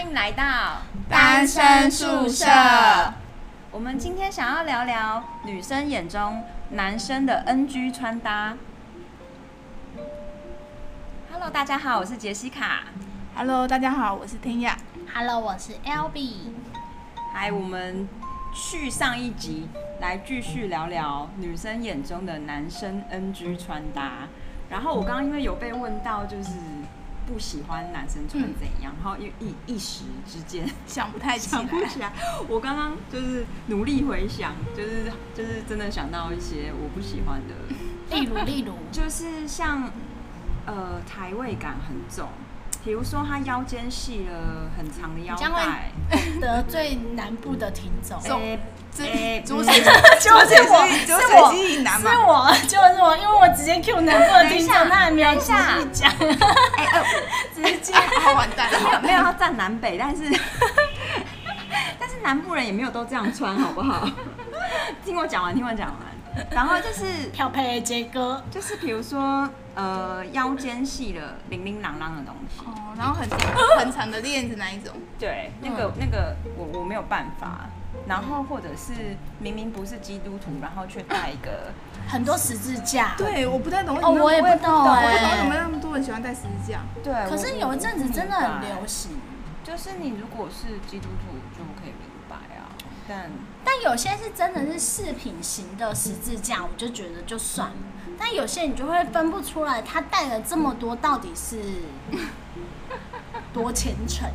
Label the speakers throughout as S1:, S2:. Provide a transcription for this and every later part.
S1: 迎来到
S2: 单身宿舍。
S1: 我们今天想要聊聊女生眼中男生的 NG 穿搭。Hello，大家好，我是杰西卡。
S2: Hello，大家好，我是天雅。
S3: Hello，我是 L B。
S1: 嗨，我们去上一集来继续聊聊女生眼中的男生 NG 穿搭。然后我刚刚因为有被问到，就是不喜欢男生穿怎样，然后一一一时之间
S2: 想不太起
S1: 想不
S2: 来，
S1: 起来。我刚刚就是努力回想，就是就是真的想到一些我不喜欢的，
S3: 例如，例如，
S1: 就是像呃台味感很重，比如说他腰间系了很长的腰
S3: 你这样会
S1: 带，
S3: 得罪南部的听众，
S2: 重
S1: 诶
S2: 这
S1: 诶
S2: 竹
S1: 嗯
S2: 水
S3: 就是我
S2: 竹
S3: 是
S2: 水
S3: 我
S2: 基以南
S3: 是
S2: 嘛，
S3: 我，就是我，因为我直 接 Q 南部的听众，他还没有
S1: 等一
S3: 仔细
S1: 下
S3: 讲，
S1: 哎、呃
S2: 直接好完蛋
S1: 没有
S2: 了，
S1: 没有要站南北，但是 但是南部人也没有都这样穿，好不好？ 听我讲完，听我讲完，然后就是。
S3: 漂配的杰哥，
S1: 就是比如说，呃，腰间系了零零琅琅的东西，
S2: 哦，然后很很长的链子那一种，
S1: 对，那个、那个我我没有办法。然后或者是明明不是基督徒，然后却带一个，
S3: 很多十字架。
S2: 对，我不太懂为什
S3: 哦，
S2: 么，
S3: 我也不懂
S2: 我不懂为
S3: 哎、
S2: 什么那么多人喜欢戴十字架，
S1: 对。
S3: 可是有一阵子真的很流
S1: 行，
S3: 行，
S1: 就是你如果是基督徒就可以明白啊，但
S3: 但有些是真的是饰品型的十字架，我就觉得就算了。但有些你就会分不出来，他带了这么多，到底 是多虔诚？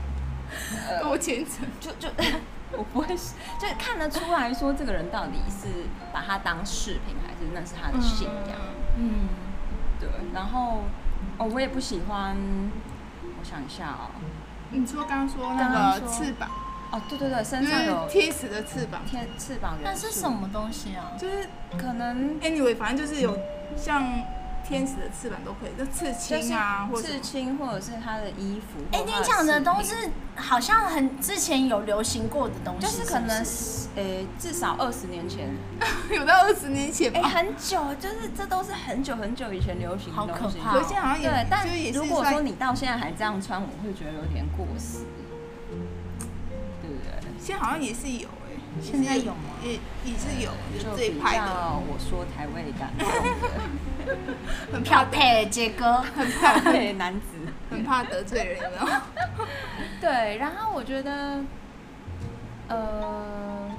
S2: 多虔诚，
S1: 就就 我不会，就是看得出来说这个人到底是把它当饰品，还是那是他的信仰。
S3: 嗯，
S1: 对，然后哦，我也不喜欢，我想一下哦，
S2: 你说刚刚说
S1: 刚刚
S2: 那
S1: 说
S2: 个翅膀，
S1: 哦，对对对，
S2: 就
S1: 身上
S2: 是
S1: 有
S2: 天使的翅膀，
S1: 天翅膀元素，
S3: 那是什么东西啊？
S2: 就是
S1: 可能
S2: anyway，反正就是有像天使的翅膀都可以，就刺
S1: 就是
S2: 青啊，或者
S1: 刺青，或者是他的衣服。
S3: 哎、
S1: 或
S3: 你
S1: 他
S3: 讲的都
S1: 饰
S3: 是好像很之前有流行过的东
S1: 品
S3: 西，
S1: 就是可能
S3: 是
S1: 是，呃，至少二十年前，
S2: 有到二十年前
S1: 哎，
S2: 吧，
S1: 很久，就是这都是很久很久以前流行
S3: 好
S1: 的
S3: 可
S1: 东西。
S3: 怕
S2: 有一些好像也
S1: 对，但
S2: 就是也是
S1: 如果说
S2: 算
S1: 你到现在还这样穿，我会觉得有点过时，对不对？
S2: 现在好像也是有哎、欸，
S3: 现在有吗
S2: 也也是有，
S1: 就
S2: 就自己
S1: 比
S2: 拍的，
S1: 较我说台味 感重的
S2: 很
S3: 漂
S2: 怕
S3: 配杰哥，
S2: 很怕
S1: 台味男子。
S2: 很怕得罪人，有没有？
S1: 对，然后我觉得，呃，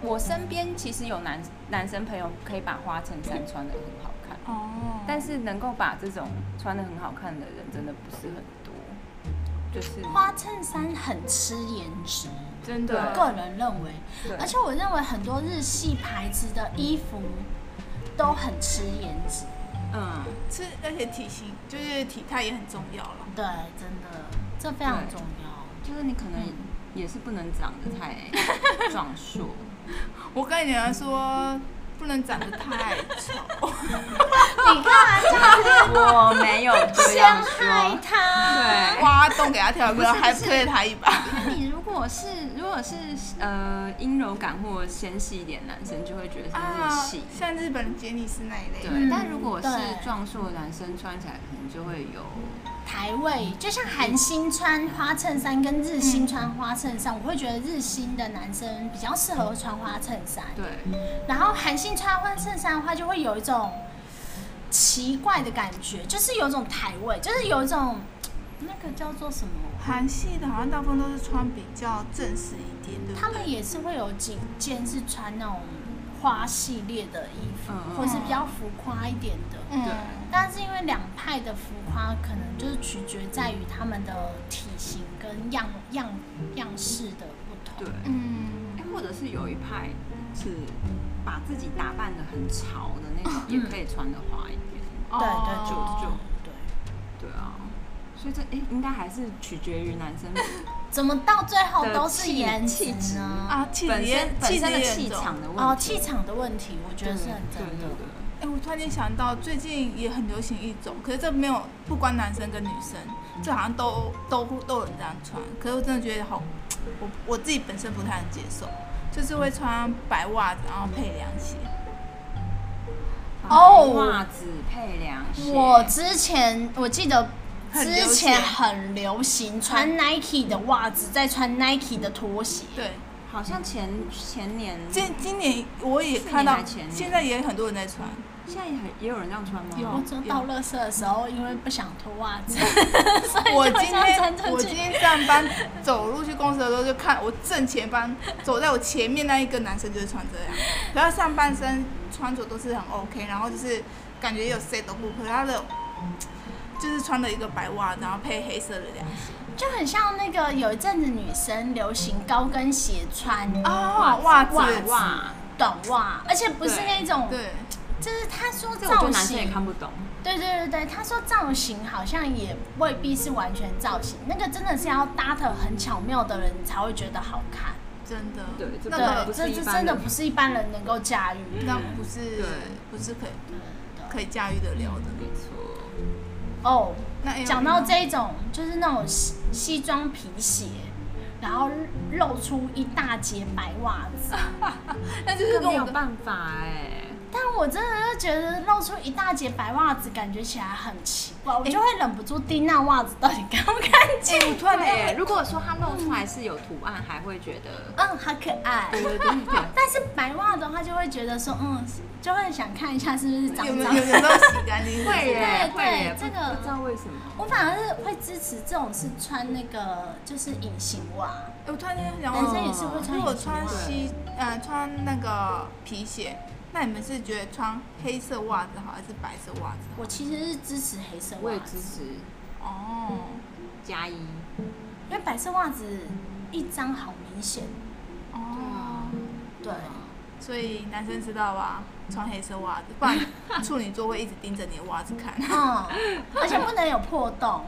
S1: 我身边其实有男男生朋友可以把花衬衫穿得很好看，
S2: 哦
S1: 但是能够把这种穿得很好看的人真的不是很多，就是
S3: 花衬衫很吃颜值，
S2: 真
S3: 我
S2: 的
S3: 个人认为，
S1: 对
S3: 而且我认为很多日系牌子的衣服都很吃颜值，
S1: 嗯，
S2: 吃，而且体型就是体态也很重要了。
S3: 对，真的，这非常重要。
S1: 就是你可能
S3: 嗯
S1: 也是不能长得 太壮硕，
S2: 我跟你讲说，不能长得太 丑，
S3: 你看，
S1: 我没有这样
S3: 陷害
S1: 说，
S3: 他。
S1: 对。
S2: 挖洞给他跳，不要
S1: 哎不是
S2: 还
S1: 不是
S2: 推了他一把。
S1: 你如果是如果是呃阴柔感或纤细一点男生，就会觉得
S3: 啊
S1: 他是细。
S2: 啊像日本杰尼斯那一类，
S1: 对，
S3: 嗯
S1: 但如果是
S3: 对
S1: 壮硕的男生穿起来，可能就会有
S3: 台位，就像韩星穿花衬衫跟日星
S1: 嗯
S3: 穿花衬衫，我会觉得日星的男生比较适合穿花衬衫，
S1: 对，
S3: 然后韩星穿花衬衫的话，就会有一种奇怪的感觉，就是有一种台位，就是有一种嗯那个叫做什么，
S2: 韩系的好像大部分都是穿比较正式一点，对不对？
S3: 他们也是会有几件是穿那种花系列的衣服，
S1: 嗯
S3: 或是比较浮夸一点的。
S2: 嗯
S1: 对，
S3: 但是因为两派的浮夸，可能就是取决在于他们的体型跟样样样式的不
S1: 对
S3: 同。，
S2: 嗯
S1: 哎，或者是有一派是把自己打扮的很潮的那种，也可以穿的花一点，
S3: 对对
S1: 就
S2: 哦
S1: 就
S3: 对，
S1: 对啊。所以这哎，应该还是取决于男生
S3: 怎么到最后都
S1: 的
S3: 是
S1: 气
S3: 颜值
S1: 气质
S3: 呢？
S2: 啊，气质
S1: 本身
S2: 也
S1: 本身的
S2: 也很
S1: 气
S2: 重
S1: 场的问题。
S3: 哦，气场的问题，我觉
S1: 对
S3: 得是很真
S1: 对
S3: 的
S1: 对。对
S2: 哎、我突然间想到，最近也很流行一种，可是这没有不光男生跟女生，这好像都都都有人这样穿。可是我真的觉得好，我我自己本身不太能接受，就是会穿白袜子，然后配凉鞋。
S1: 哦，
S3: 哦
S1: 袜子配凉鞋，
S3: 哦我之前我记得
S2: 很流行
S3: 之前很流行穿 Nike 的袜子，再穿 Nike 的拖鞋。
S2: 对，
S1: 好像前前年，
S2: 今今年我也
S1: 去年
S2: 看到
S1: 还前，年
S2: 现在也很多人在穿，
S1: 现在也很也有人这样穿吗？
S2: 有
S3: 我就到垃圾的时候，因为不想脱袜子， 所 以就
S2: 我
S3: 会
S2: 今
S3: 这样穿
S2: 天
S3: 出
S2: 我今
S3: 去。
S2: 天上班走路去公司的时候，就看我正前方走在我前面那一个男生就是穿 这样，然后上半身穿着都是很 OK，然后就是感觉有 set 的布，可是他的就是穿了一个白袜，然后配黑色的凉鞋
S3: 就很像那个有一阵子女生流行高跟鞋穿
S2: 哦，袜子
S1: 哇哇，
S3: 短袜，而且不是那种，
S2: 对，
S3: 就是他说
S1: 这我觉得
S3: 造
S1: 男生也
S3: 型，
S1: 看不懂。
S3: 对对对对，他说造型好像也未必是完全造型，那个真的是要搭的很巧妙的人才会觉得好看。
S2: 真的，
S1: 对这
S2: 那
S1: 真的
S2: 个
S1: 不
S3: 对，
S1: 是
S3: 这
S1: 一
S3: 这
S1: 般
S3: 真的
S1: 人
S3: 不是一般人能够驾驭的。
S2: 那不是
S1: 对
S2: 不是可以
S3: 对
S2: 可以驾驭得了
S1: 没
S2: 的。
S1: 错，
S3: 哦，
S2: 那 Ariel
S3: 讲到
S2: 呢
S3: 这一种，就是那种西西装皮鞋，然后露出一大截白袜子，
S2: 那就
S1: 这
S2: 是
S1: 个
S2: 跟
S1: 没
S2: 我
S1: 有
S2: 的
S1: 办法哎、
S3: 但我真的就觉得露出一大截白袜子，感觉起来很奇怪，我就会忍不住盯那袜子到底干不干净。
S1: 哎，我突然哎，如果说它露出来是有图案，还会觉 得，
S3: 嗯，好可爱。
S1: 对对对对，
S3: 但是白袜的话，就会觉得说，嗯，就会想看一下是不是长
S2: 有没有
S3: 脏
S2: 有。没有洗干 净？
S1: 会耶
S3: 对
S1: 会耶，
S3: 这
S1: 不
S3: 个
S1: 不知道为什么，
S3: 我反而是会支持这种是穿那个就是隐形袜，
S2: 我突然间想到，
S3: 男生也是会穿
S2: 如
S3: 隐
S2: 果
S3: 形
S2: 穿
S3: 袜。
S2: 西呃穿那个皮鞋，那你们是觉得穿黑色袜子好还是白色袜子？
S3: 我其实是支持黑色
S1: 我
S3: 袜
S1: 也
S3: 子
S1: 支，持
S2: 哦，
S1: 加一，
S3: 因为白色袜子一张好明显。啊
S2: 哦，
S3: 对，
S1: 嗯
S2: 所以男生知道吧？穿黑色袜子，不然处女座会一直盯着你的袜子看。
S3: 嗯，而且不能有破洞。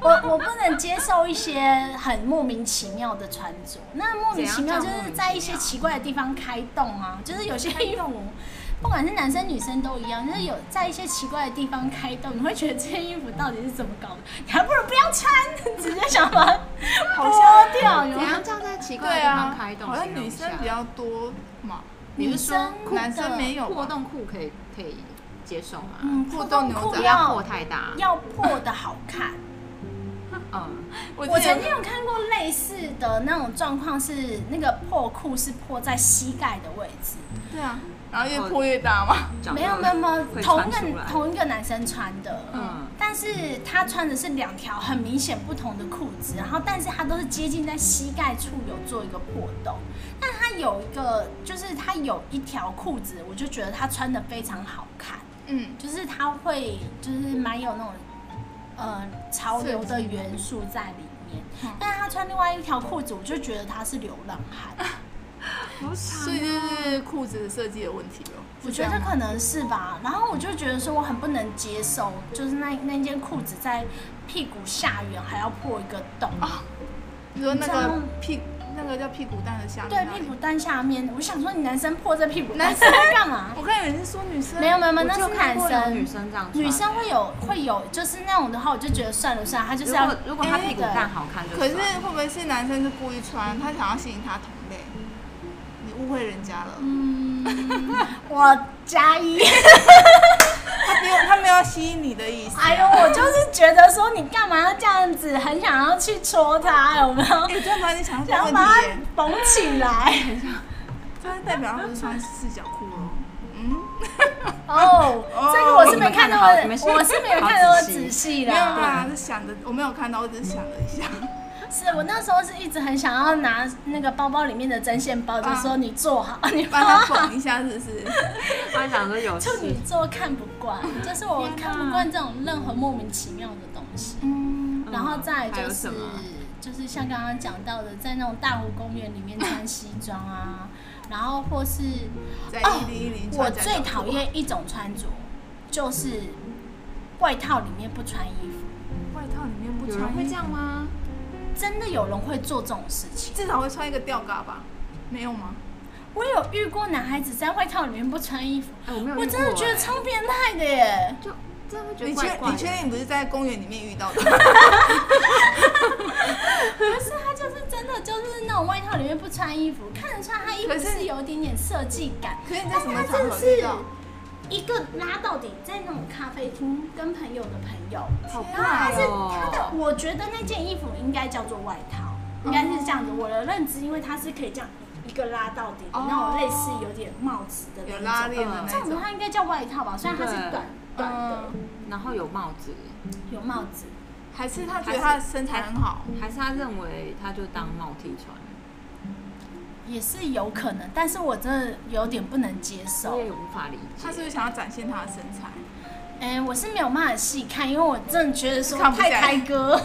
S3: 我我不能接受一些很莫名其妙的穿着。那莫名其妙就
S1: 怎样叫莫
S3: 是
S1: 名
S3: 在
S1: 其
S3: 一些
S1: 妙
S3: 奇怪的地方开洞啊，就是有些衣服，不管是男生女生都一样，就是有在一些奇怪的地方开洞，你会觉得这件衣服到底是怎么搞的？你还不如不要穿，直接想把它剥掉。有
S1: 怎
S3: 没有
S1: 样叫在奇怪
S2: 对
S1: 的地方
S2: 啊
S1: 开，动？
S2: 好像
S1: 形容
S2: 女
S1: 一下
S2: 生比较多嘛，
S1: 你是说
S3: 女生
S2: 男生
S3: 的
S2: 没有
S1: 破
S2: 吧？
S1: 洞裤可以可以接受吗？
S3: 嗯，
S2: 破
S3: 破
S2: 洞
S3: 洞
S2: 牛
S3: 裤
S2: 仔
S1: 不要
S3: 要
S1: 破太大，
S3: 要破的好看。
S1: 嗯，
S2: 我
S3: 我
S2: 之前
S3: 曾经有看过类似的那种状况，是那个破裤是破在膝盖的位置，
S2: 对
S3: 哦
S2: 啊，然后越破越大嘛。
S1: 找
S3: 没有
S1: 到
S3: 没有没有，
S1: 会
S3: 同
S1: 穿
S3: 一
S1: 出
S3: 个
S1: 来
S3: 同一个男生穿的，
S1: 嗯
S3: 但是他穿的是两条很明显不同的裤子，然后但是他都是接近在膝盖处有做一个破洞，但他有一个就是他有一条裤子，我就觉得他穿的非常好看，
S2: 嗯，
S3: 就是他会就是蛮有那种呃潮流的元素在里面
S2: 嗯，
S3: 但是他穿另外一条裤子，我就觉得他是流浪汉，
S1: 好惨
S2: 所以就是裤子设计的问题咯。
S3: 我
S2: 是
S3: 觉
S2: 这样
S3: 得
S2: 吗
S3: 可能是吧。然后我就觉得说我很不能接受，就是那那件裤子在屁股下缘还要破一个洞，
S1: 哦
S2: 你说那
S3: 你知道
S2: 个
S3: 吗
S2: 屁，那个叫屁股蛋的下面
S3: 对
S2: 那里
S3: 屁股蛋下面，我想说你男生破这屁股蛋
S2: 男
S3: 是
S2: 生
S3: 要干 嘛？
S2: 我看有人是说女生，
S3: 没有没有没
S1: 我
S3: 有，那
S1: 就是看
S3: 男
S1: 过有女
S3: 生。
S1: 生这样穿的，
S3: 女生会有会有，就是那种的话，我就觉得算了算了，他就
S1: 如
S3: 是要哎
S1: 果如果她屁股
S3: 对
S1: 蛋好看就
S2: 可是
S1: 算
S2: 会不会是男生是故意穿，他想要吸引他同类？你误会人家了，
S3: 我加一。
S2: 他没有他没有要吸引你的意思。
S3: 哎呦，我就是觉得说你干嘛要这样子，很想要去戳它，有没有？
S2: 哎，我突然发现想到
S3: 想要
S2: 这个
S3: 把
S2: 问题
S3: 它
S2: 耶，
S3: 缝起来。
S2: 这代表他不是穿四角裤喽？嗯，
S3: 哦，这个我是没看到
S1: 哦你
S3: 的，
S1: 们看得好
S3: 我是没有看到
S1: 好
S3: 的
S1: 仔细
S3: 仔细
S2: 没有
S3: 啦。
S2: 啦，是想的，我没有看到，我只是想了一下。
S3: 是我那时候是一直很想要拿那个包包里面的针线包，就说你坐好， 你
S2: 帮他缝一下，是不是？
S1: 她想说有
S3: 处女
S1: 事，
S3: 座看不惯，就是我看不惯这种任何莫名其妙的东西。
S2: 嗯，
S1: 嗯
S3: 然后再来
S1: 还有
S3: 就是
S1: 什么
S3: 就是像刚刚讲到的，在那种大湖公园里面穿西装啊，然后或是
S2: 在
S3: 哦
S2: 一零一零
S3: 我
S2: 穿夹脚
S3: 最
S2: 裤
S3: 讨厌一种穿着，就是外套里面不穿衣服。
S2: 外套里面不
S1: 有
S2: 穿衣服，
S1: 人会这样吗？
S3: 真的有人会做这种事情，
S2: 至少会穿一个吊嘎吧？没有吗？
S3: 我有遇过男孩子在外套里面不穿衣服，
S1: 哎，我没有遇过，
S3: 我真的觉得
S1: 哎
S3: 超变态的耶！
S1: 就真的会觉
S2: 你
S1: 得
S2: 确
S1: 怪怪
S2: 你
S1: 的
S2: 确定你不是在公园里面遇到的？
S3: 不是，他就是真的就是那种外套里面不穿衣服，看得出来他衣服
S2: 可是
S3: 是有一点点设计感，
S2: 可是你在什么
S3: 但他
S2: 场
S3: 真的
S2: 合遇
S3: 是
S2: 到？
S3: 一个拉到底，在那种咖啡厅跟朋友的朋友，
S1: 好
S3: 然后还
S1: 怪
S3: 是他的，
S1: 哦！
S3: 我觉得那件衣服应该叫做外套，应该是这样子。我的认知，因为它是可以这样一个拉到底，
S2: 哦
S3: 那种类似有点帽子的那
S2: 有
S3: 种
S2: 拉链的那
S3: 这种的
S2: 种，
S3: 话应该叫外套吧，虽然它是
S1: 对
S3: 短短的，
S1: 嗯然后有帽子，
S3: 有帽子。
S2: 还是他觉得他的身材很好，
S1: 还是他认为他就当帽 T 穿？
S3: 也是有可能，但是我真的有点不能接
S1: 我
S3: 受
S2: 嗯
S1: 也。无法理解。
S2: 他是不是想要展现他的身材？
S3: 哎、我是没有办法细看，因为我真的觉得说
S2: 看不
S3: 太
S2: 下
S3: 开 歌。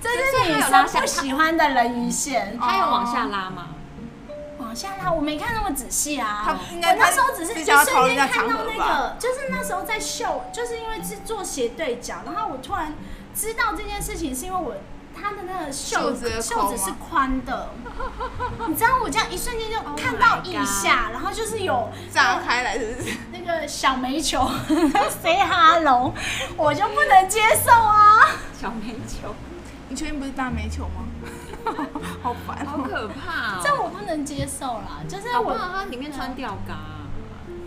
S3: 这是女生不喜欢的人鱼线，
S1: 他有往下拉吗？
S3: 往下拉，我没看那么仔细啊。
S2: 他应该
S3: 我那
S2: 他
S3: 时候只是
S2: 只
S3: 一
S2: 想要讨
S3: 瞬
S2: 论一
S3: 间
S2: 下
S3: 看到那
S2: 场合吧
S3: 个，就是那时候在秀，就是因为是做斜对角，然后我突然知道这件事情，是因为我他的那个袖
S2: 袖子的
S3: 袖
S2: 口
S3: 子
S2: 吗
S3: 是宽的，你知道我这样一瞬间就
S1: Oh
S3: 看到
S1: my
S3: 腋下，然后就是有
S2: 炸开来是不是？
S3: 那个小煤球 say hello，我就不能接受啊。
S1: 小煤球，
S2: 你确定不是大煤球吗？ 好烦
S1: 好
S2: 哦！
S1: 可怕哦！
S3: 这我不能接受啦，就是
S1: 搞不
S3: 我
S1: 好他里面穿吊嘎啊，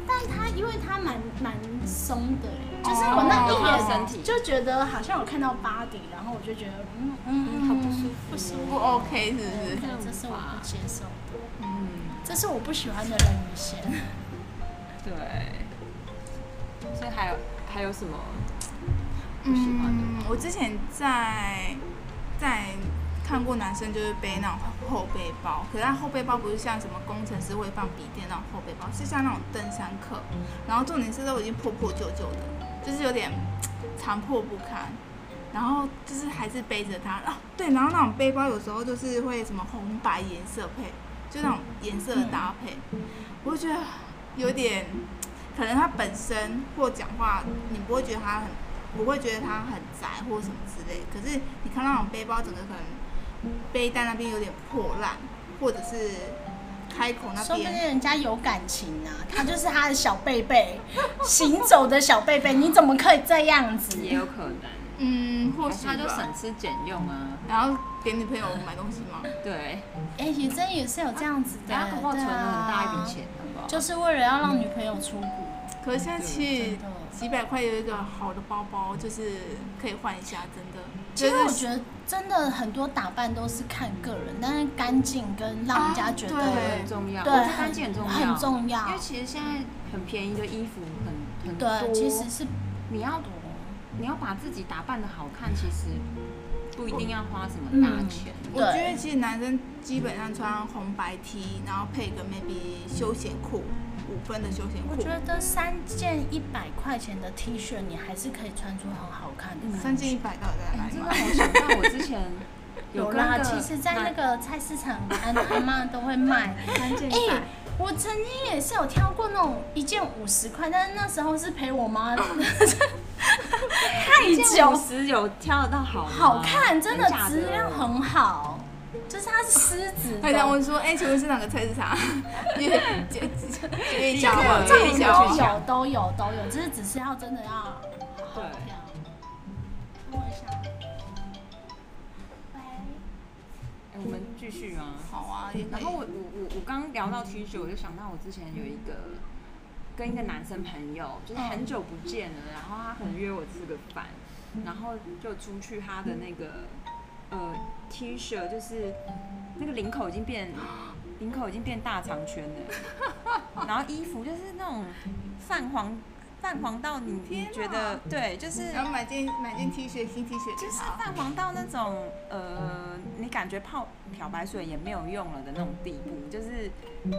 S3: 但它因为它蛮蛮松的，欸就是我那一
S1: 哦身体
S3: 眼啊就觉得好像有看到巴迪，然后我就觉得嗯嗯，
S1: 好不舒服，
S3: 不舒
S2: 不 OK 是不是？
S3: 对，这是我不接受的，
S1: 嗯，
S3: 这是我不喜欢的人鱼线。
S1: 对。所以还有还有什么？不喜欢的
S2: 嗯，我之前在在看过男生就是背那种后背包，可是他后背包不是像什么工程师会放笔电那种后背包，是像那种登山客，然后重点是都已经破破旧旧的，就是有点嘖残破不堪。然后就是还是背着它，哦，对，然后那种背包有时候就是会什么红白颜色配，就那种颜色的搭
S3: 嗯
S2: 配，我就觉得有点，可能他本身或讲话，你不会觉得他很，不会觉得他很宅或什么之类。可是你看到那种背包，整个可能背带那边有点破烂，或者是开口那
S3: 说不定
S2: 边，
S3: 人家有感情啊，他就是他的小贝贝，行走的小贝贝，你怎么可以这样子？
S1: 也有可 能，
S2: 嗯，或
S1: 还
S2: 许
S1: 哦是他就
S2: 吧
S1: 省吃俭用啊。
S2: 然后给女朋友买东西 吗？
S1: 对，
S3: 哎、也真也是有这样子的，
S1: 等下搞不好
S3: 对
S1: 存
S3: 啊
S1: 了很大一笔钱，好不好？
S3: 就是为了要让女朋友出国，
S2: 可是现在
S3: 真
S2: 去
S3: 的。
S2: 几百块有一个好的包包，就是可以换一下，真的。
S3: 其实
S2: 就是
S3: 我觉得真的很多打扮都是看个人，但是干净跟让人家觉得、
S2: 啊
S1: 对
S2: 对
S1: 很重要，
S3: 对
S1: 我觉得干净很重要，
S3: 很重要
S1: 因为其实现在很便宜的衣服很很多，
S3: 对，其实是
S1: 你要你要把自己打扮的好看，其实不一定要花什么大钱。
S2: 我
S3: 对
S2: 觉得其实男生基本上穿红白 T，然后配个 maybe 休闲裤，五分的休闲
S3: 我
S2: 裤
S3: 觉，得三件一百块钱的 T 恤，你还是可以穿出很好看的。
S2: 三件一百到底在哪
S1: 哎
S2: 里
S1: 真的
S2: 买？
S1: 好想到我之前
S3: 有
S1: 跟
S3: 啦，
S1: 个
S3: 其实，在 那个菜市场，阿阿妈都会卖。
S1: 三件
S3: 哎、
S1: 百，
S3: 我曾经也是有挑过那种一件五十块，但是那时候是陪我妈，太久
S1: 九十有挑得到好吗
S3: 好看，真的
S1: 真假的
S3: 质量很好，就是它是狮子
S2: 他想
S3: 的。
S2: 问说，哎、请问是哪个菜 市场？因为就就一
S1: 这
S2: 家
S1: 个
S2: 嘛，
S1: 这
S3: 这
S2: 就
S3: 种
S1: 个
S2: 一家嘛
S1: 这
S3: 都
S1: 个
S3: 啊有都有都有，就是只是要真的要好好
S1: 对
S3: 挑。问一下，喂，
S1: 哎我们继续吗？
S2: 好啊，也可
S1: 然
S2: 以
S1: 后。我我我我刚聊到 T 恤，我就想到我之前有一个跟一个男生朋友，就是
S2: 嗯
S1: 很久不见了，然后他可能约我吃个饭，然后就出去他的那个呃 T 恤，就是那个领口已经变领口已经变大长圈了， 然后衣服就是那种泛黄泛黄到你你
S2: 天
S1: 觉
S2: 哪嗯
S1: 得对，就是
S2: 然后买件买件 T 恤，新 T 恤
S1: 就
S2: 给
S1: 是
S2: 他。
S1: 泛黄到那种呃，你感觉泡漂白水也没有用了的那种地步，就是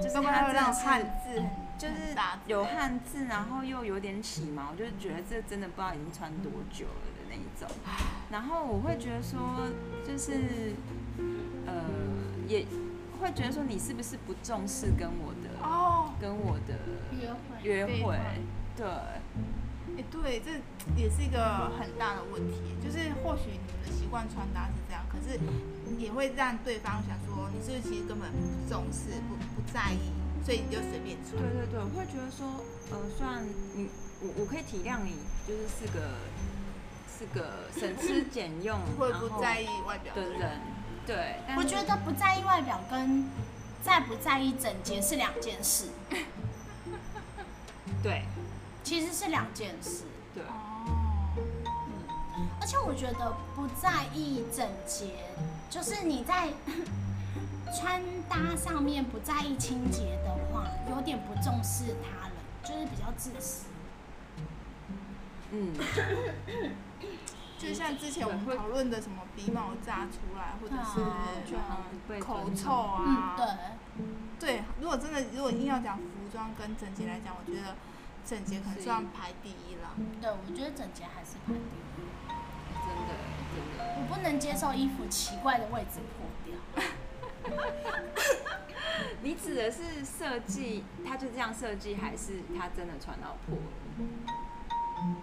S1: 就是
S2: 都
S1: 它
S2: 会
S1: 真
S2: 让
S1: 的
S2: 汉
S1: 是
S2: 字很
S1: 就是
S2: 很大字
S1: 有汉字，然后又有点起毛，就是觉得这真的不知道已经穿多久了的那一种。然后我会觉得说，就是呃，也会觉得说你是不是不重视跟我的
S2: 哦，
S1: 跟我的
S3: 约会。
S1: 约
S2: 废
S1: 会
S2: 话？
S1: 对，
S2: 哎、对，这也是一个很大的问题，就是或许你们的习惯穿搭是这样，可是也会让对方想说你是不是其实根本不重视、不不在意，所以你就随便穿
S1: 对。对
S2: 嗯
S1: 对，我会觉得说，呃，虽然你我我可以体谅你，就是是个是 个省吃俭用，
S2: 会
S1: 然
S2: 不
S1: 后
S2: 在意外表
S1: 的
S2: 的人
S1: 人，对，但
S3: 我
S1: 是
S3: 觉得不在意外表跟在不在意整洁是两件事，
S1: 对
S3: 其实是两件事。
S1: 对，
S2: 哦，
S3: 而且我觉得不在意整洁，就是你在 穿搭上面不在意清洁的话，有点不重视他人，就是比较自私。
S1: 嗯，
S2: 就像之前我们讨论的什么鼻毛炸出来，或者
S3: 对啊
S2: 是
S1: 就好像不被
S2: 口
S1: 尊重
S2: 臭啊
S3: 嗯，，对，
S2: 对，如果真的如果硬要讲服装跟整洁来讲，我觉得整洁可能
S1: 是
S2: 算排第一啦。
S3: 对，我觉得整洁还是排第一。
S1: 真的真的，
S3: 我不能接受衣服奇怪的位置破掉。
S1: 你指的是设计，他就这样设计，还是他真的穿到破了？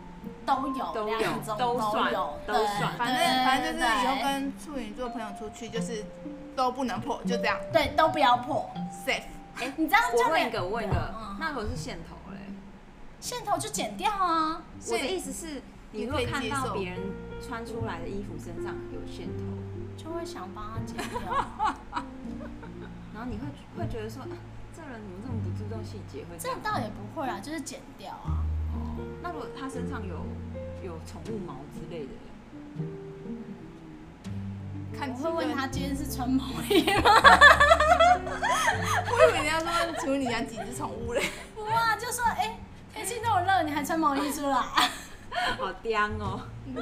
S3: 都有，
S1: 都有
S3: 两种
S1: 都算
S3: 有，
S1: 都
S3: 对
S1: 算
S2: 反正反正就是以后
S3: 对
S2: 跟处女座朋友出去，就是都不能破，就这样
S3: 对都不要破。
S2: safe。
S1: 哎
S3: 你这样就
S1: 我问
S3: 没
S1: 一个，我问一个
S3: 嗯，
S1: 那如果是线头嘞？
S3: 线头就剪掉啊。
S1: 我的意思是，你如果
S2: 你可以
S1: 看
S2: 接
S1: 到
S2: 受
S1: 别人穿出来的衣服身上有线头，
S3: 就会想帮他剪 掉，
S1: 然后你会会觉得说，啊这人怎么这么不注重细节？会这
S3: 这
S1: 样？
S3: 倒也不会啊，就是剪掉啊。
S1: 哦，那如果他身上有有宠物毛之类的，
S2: 看
S3: 我
S2: 几
S3: 会
S2: 个
S3: 问他今天是穿毛衣吗？
S2: 我以为你要说处女养几只宠物嘞，
S3: 不啊，就说哎、天气那么热，你还穿毛衣出来？
S1: 好刁哦。
S2: 嗯，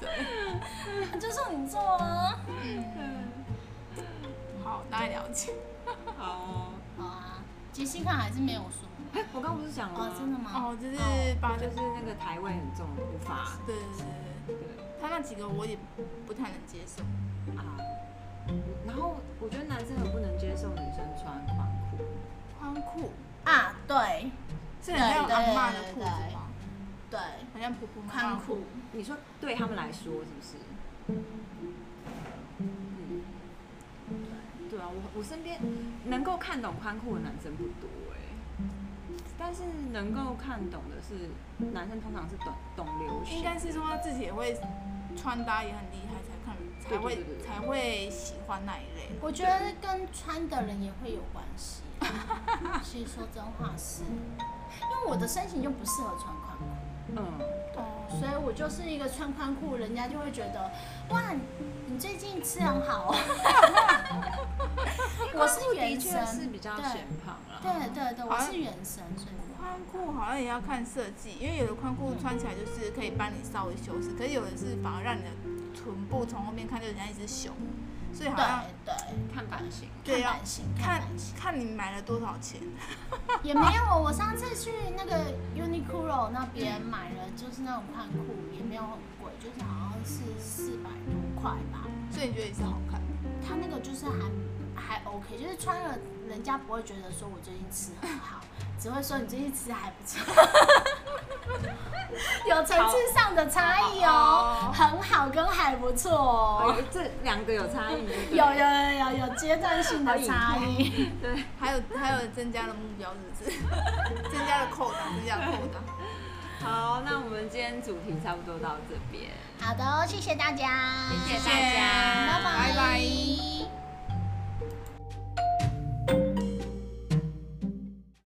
S2: 对，
S3: 就说你做啊。
S2: 好，大概了解。
S1: 好哦，
S3: 好啊，杰西卡还是没有说。
S1: 哎，我刚不是讲了
S3: 哦
S1: 吗，？
S3: 真的吗？
S2: 哦，就是把
S1: 就
S2: 对
S1: 是那个台位很重，无法
S2: 对对，
S1: 对
S2: 他那几个我也不太能接受。
S1: 啊。然后我觉得男生很不能接受女生穿宽裤，
S2: 宽裤
S3: 啊，对
S2: 是很像阿妈的裤子吗？
S3: 对，
S2: 很像婆婆妈妈
S3: 宽
S2: 的裤
S3: 裤
S2: 子。。
S1: 你说对他们来说是不是？嗯，对啊，我我身边能够看懂宽裤的男生不多哎、但是能够看懂的是男生通常是懂懂流行，
S2: 应该是说他自己也会穿搭也很厉害，才看才
S1: 对
S2: 会
S1: 对对对
S2: 才会喜欢那一类。
S3: 我觉得跟穿的人也会有关系。其实说真话是，因为我的身形就不适合穿宽裤。
S1: 嗯，
S2: 哦，
S3: 所以我就是一个穿宽裤，人家就会觉得，哇，你最近吃很好哦。我是
S1: 的
S3: 原
S1: 确是
S3: 生，
S1: 比较
S3: 对
S1: 显胖啦。
S3: 对对对，我
S2: 好像
S3: 是原生，所以
S2: 宽裤好像也要看设计，因为有的宽裤穿起来就是可以帮你稍微修饰，可是有的是反而让你的臀部从后面看就很像一只熊，所以好像
S3: 对对，
S1: 看版型。
S2: 对
S3: 看
S2: 要
S3: 版型，
S2: 看
S3: 看版型
S2: 看你买了多少钱。
S3: 也没有。我上次去那个 Uniqlo 那边买了，就是那种宽裤，也没有很贵，就是好像是四百多块吧。
S2: 所以你觉得也是好看？
S3: 他那个就是还还 OK，就是穿了人家不会觉得说我最近吃很好，只会说你最近吃还不错， 有层次上的差异哦
S2: 好，
S3: 很好跟还不错
S1: 哦
S3: 哦，，
S1: 这两个有差异，对不
S3: 有
S1: 对
S3: 有有有有阶段性的差异，
S1: 对，
S2: 还有还有增加了目标日子， 增加了扣打，增加了扣打。
S1: 好，那我们今天主题差不多到这边。
S3: 好的哦，谢谢大家，
S1: 谢谢
S2: 大家
S3: 拜
S2: 拜
S3: 拜
S2: 拜